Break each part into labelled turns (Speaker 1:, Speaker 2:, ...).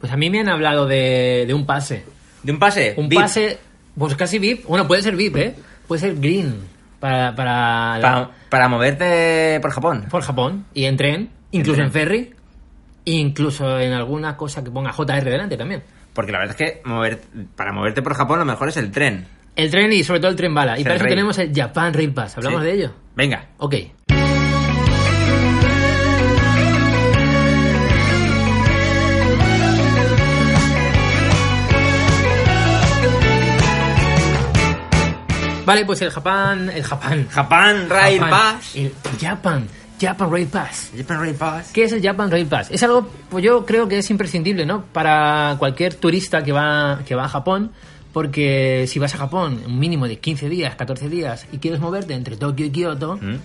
Speaker 1: Pues a mí me han hablado de, de un pase.
Speaker 2: De un pase.
Speaker 1: Un
Speaker 2: VIP.
Speaker 1: pase, pues casi VIP. Bueno, puede ser VIP, ¿eh? Puede ser green para, para,
Speaker 2: Pa- para moverte por Japón.
Speaker 1: por Japón y en tren, incluso en ferry, incluso en alguna cosa que ponga JR delante también.
Speaker 2: Porque la verdad es que mover, para moverte por Japón lo mejor es el tren.
Speaker 1: El tren y sobre todo el tren bala. Y
Speaker 2: El
Speaker 1: para eso
Speaker 2: rey.
Speaker 1: tenemos el Japan Rail Pass. ¿Hablamos
Speaker 2: Sí.
Speaker 1: de ello?
Speaker 2: Venga.
Speaker 1: Ok. Vale, pues el Japán... El Japán.
Speaker 2: Japan Rail
Speaker 1: Japan,
Speaker 2: Pass.
Speaker 1: El Japan. Japan Rail Pass.
Speaker 2: Japan Rail Pass.
Speaker 1: ¿Qué es el Japan Rail Pass? Es algo, pues yo creo que es imprescindible, ¿no? Para cualquier turista que va, que va a Japón, porque si vas a Japón un mínimo de 15 días, 14 días, y quieres moverte entre Tokio y Kioto,
Speaker 2: Mm.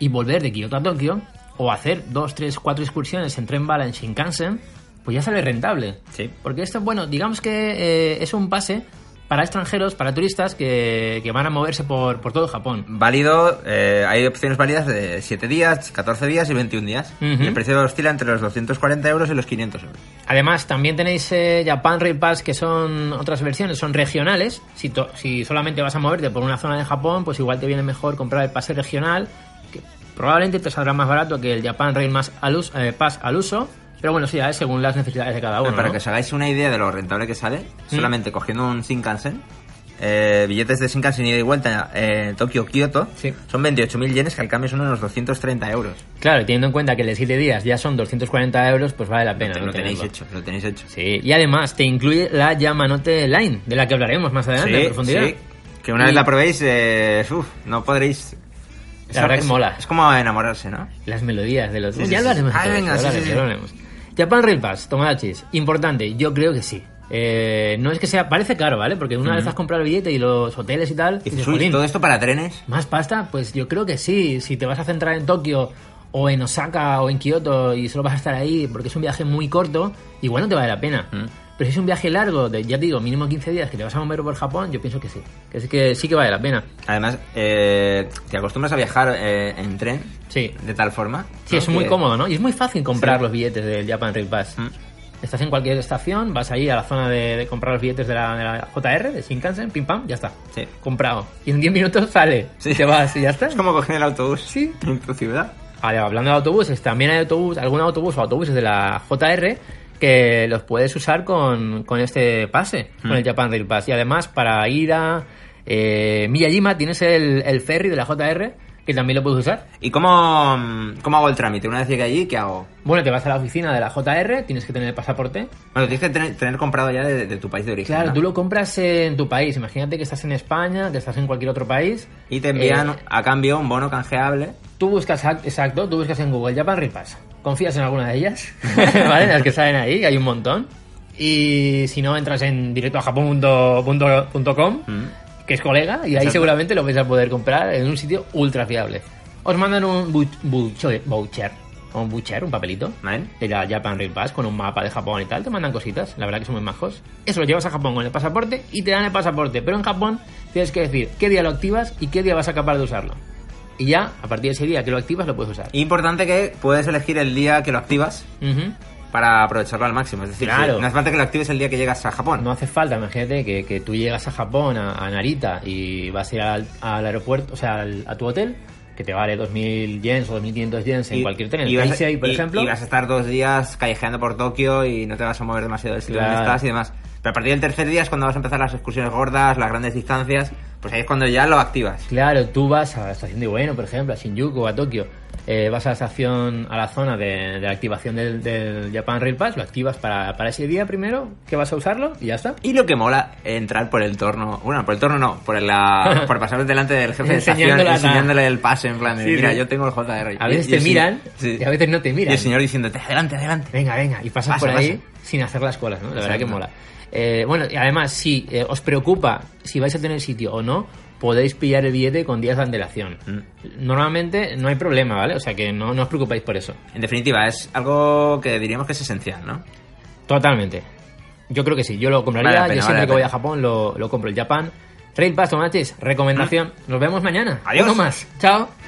Speaker 1: y volver de Kioto a Tokio, o hacer dos, tres, cuatro excursiones en tren bala en Shinkansen, pues ya sale rentable.
Speaker 2: Sí.
Speaker 1: Porque esto, bueno, digamos que eh, es un pase para extranjeros, para turistas que, que van a moverse por, por todo Japón.
Speaker 2: Válido, eh, hay opciones válidas de 7 días, 14 días y 21 días.
Speaker 1: Ujú.
Speaker 2: Y el precio oscila entre los 240 euros y los 500 euros.
Speaker 1: Además, también tenéis eh, Japan Rail Pass, que son otras versiones, son regionales. Si, to- si solamente vas a moverte por una zona de Japón, pues igual te viene mejor comprar el pase regional, que probablemente te saldrá más barato que el Japan Rail Mas- al us- eh, Pass al uso. Pero bueno, sí, ya es según las necesidades de cada uno.
Speaker 2: para
Speaker 1: ¿no?
Speaker 2: que os hagáis una idea de lo rentable que sale,
Speaker 1: Mm.
Speaker 2: solamente cogiendo un Shinkansen, eh, billetes de Shinkansen ida y vuelta eh, Tokio-Kyoto,
Speaker 1: Sí.
Speaker 2: son 28.000 yenes, que al cambio son unos 230 euros.
Speaker 1: Claro, y teniendo en cuenta que el de 7 días ya son 240 euros, pues vale la pena.
Speaker 2: Lo
Speaker 1: ¿no?
Speaker 2: tenéis
Speaker 1: tenerlo.
Speaker 2: hecho, lo tenéis hecho.
Speaker 1: Sí, y además te incluye la Yamanote Line, de la que hablaremos más adelante en profundidad.
Speaker 2: sí, que una vez la probéis, eh, uf, no podréis...
Speaker 1: La verdad que
Speaker 2: es-
Speaker 1: mola.
Speaker 2: Es como enamorarse, ¿no?
Speaker 1: Las melodías de los...
Speaker 2: Sí, sí,
Speaker 1: ya
Speaker 2: sí.
Speaker 1: lo haremos.
Speaker 2: Ah,
Speaker 1: entonces,
Speaker 2: venga,
Speaker 1: ya lo
Speaker 2: sí,
Speaker 1: haremos,
Speaker 2: sí,
Speaker 1: ya lo
Speaker 2: sí.
Speaker 1: haremos. Japan Rail Pass, Tomodachis. Importante, yo creo que sí. Eh, no es que sea... Parece caro, ¿vale? Porque una vez has comprado el billete y los hoteles y tal...
Speaker 2: Y
Speaker 1: dices,
Speaker 2: dices, "Uy,
Speaker 1: "Jolín,
Speaker 2: todo esto para trenes.
Speaker 1: ¿Más pasta? Pues yo creo que sí. Si te vas a centrar en Tokio o en Osaka o en Kioto y solo vas a estar ahí porque es un viaje muy corto, igual no te vale la pena. Pero si es un viaje largo, de, ya te digo, mínimo 15 días, que te vas a mover por Japón, yo pienso que sí. Que sí que, sí que vale la pena.
Speaker 2: Además, eh, te acostumbras a viajar eh, en tren
Speaker 1: Sí.
Speaker 2: de tal forma.
Speaker 1: Sí,
Speaker 2: ¿no?
Speaker 1: es muy
Speaker 2: que-
Speaker 1: cómodo, ¿no? Y es muy fácil comprar
Speaker 2: Sí.
Speaker 1: los billetes del Japan Rail Pass.
Speaker 2: Mm.
Speaker 1: Estás en cualquier estación, vas ahí a la zona de, de comprar los billetes de la, de la JR, de Shinkansen, pim pam, ya está.
Speaker 2: Sí.
Speaker 1: Comprado. Y en 10 minutos sale.
Speaker 2: Sí.
Speaker 1: Te vas y ya está.
Speaker 2: Es como coger el autobús
Speaker 1: Sí.
Speaker 2: en tu ciudad.
Speaker 1: Vale, hablando de autobuses, también hay autobús, algún autobús o autobuses de la JR que los puedes usar con, con este pase, con el Japan Rail Pass. Y además, para ir a eh, Miyajima tienes el, el ferry de la JR que también lo puedes usar.
Speaker 2: ¿Y cómo, mm, cómo hago el trámite? Una vez llegué allí, ¿qué hago?
Speaker 1: Bueno, te vas a la oficina de la JR, tienes que tener el pasaporte.
Speaker 2: Bueno, tienes que tener, tener comprado ya de, de tu país de origen.
Speaker 1: Claro,
Speaker 2: ¿no?
Speaker 1: tú lo compras en tu país. Imagínate que estás en España, que estás en cualquier otro país.
Speaker 2: Y te envían
Speaker 1: Eh,
Speaker 2: a cambio un bono canjeable.
Speaker 1: Tú buscas, exacto, tú buscas en Google Japan Rail Pass. Confías en alguna de ellas, ¿vale? Las que salen ahí, que hay un montón. Y si no, entras en directo a japón.com, que es colega, y ahí
Speaker 2: Mm. Exacto.
Speaker 1: seguramente lo vais a poder comprar en un sitio ultra fiable. Os mandan un bu- bucho- voucher, o un voucher, un papelito,
Speaker 2: ¿Vale?
Speaker 1: de la Japan Rail Pass con un mapa de Japón y tal, te mandan cositas, la verdad que son muy majos. Eso lo llevas a Japón con el pasaporte y te dan el pasaporte, pero en Japón tienes que decir qué día lo activas y qué día vas a capaz de usarlo. Y ya, a partir de ese día que lo activas, lo puedes usar.
Speaker 2: Importante que puedes elegir el día que lo activas
Speaker 1: Ujú.
Speaker 2: para aprovecharlo al máximo. Es decir,
Speaker 1: Claro.
Speaker 2: sí, no hace falta que lo actives el día que llegas a Japón.
Speaker 1: No hace falta, imagínate que, que tú llegas a Japón, a, a Narita, y vas a ir al, al aeropuerto, o sea, al- a tu hotel, que te vale 2.000 yens o 2.500 yens en
Speaker 2: Y-
Speaker 1: cualquier tren.
Speaker 2: y
Speaker 1: En
Speaker 2: vas a-
Speaker 1: Keisei, por
Speaker 2: y-
Speaker 1: ejemplo.
Speaker 2: y vas a estar dos días callejeando por Tokio y no te vas a mover demasiado del sitio donde
Speaker 1: Claro.
Speaker 2: estás y demás. Pero a partir del tercer día es cuando vas a empezar las excursiones gordas, las grandes distancias. Pues ahí es cuando ya lo activas.
Speaker 1: Claro, tú vas a la estación de Bueno, por ejemplo, a Shinjuku o a Tokio, eh, vas a la estación, a la zona de, de activación del, del Japan Rail Pass, lo activas para, para ese día primero, que vas a usarlo y ya está.
Speaker 2: Y lo que mola eh, entrar por el torno, bueno, por el torno no, por la por pasar delante del jefe de estación
Speaker 1: Enseñándole la-
Speaker 2: enseñándole el pase en plan de,
Speaker 1: Sí,
Speaker 2: mira,
Speaker 1: sí.
Speaker 2: yo tengo el JR.
Speaker 1: A
Speaker 2: Y-
Speaker 1: veces
Speaker 2: y
Speaker 1: te
Speaker 2: el
Speaker 1: miran
Speaker 2: señor- sí.
Speaker 1: y a veces no te
Speaker 2: Y
Speaker 1: miran.
Speaker 2: el señor diciéndote, adelante, adelante.
Speaker 1: Venga, venga, y pasas
Speaker 2: Pasa,
Speaker 1: por ahí.
Speaker 2: pasa.
Speaker 1: sin hacer las colas, ¿no? La verdad que mola. Eh, bueno, y además, si eh, os preocupa si vais a tener sitio o no, podéis pillar el billete con días de antelación.
Speaker 2: Mm.
Speaker 1: Normalmente no hay problema, ¿vale? O sea que no, no os preocupáis por eso.
Speaker 2: En definitiva, es algo que diríamos que es esencial, ¿no?
Speaker 1: Totalmente. Yo creo que sí, yo lo compraría.
Speaker 2: Vale la pena,
Speaker 1: yo siempre
Speaker 2: vale la
Speaker 1: que voy a
Speaker 2: pena.
Speaker 1: Japón lo, lo compro el Japan. Trade Pass, Tomates, recomendación. Nos vemos mañana.
Speaker 2: Mm. Adiós.
Speaker 1: Uno más. Chao.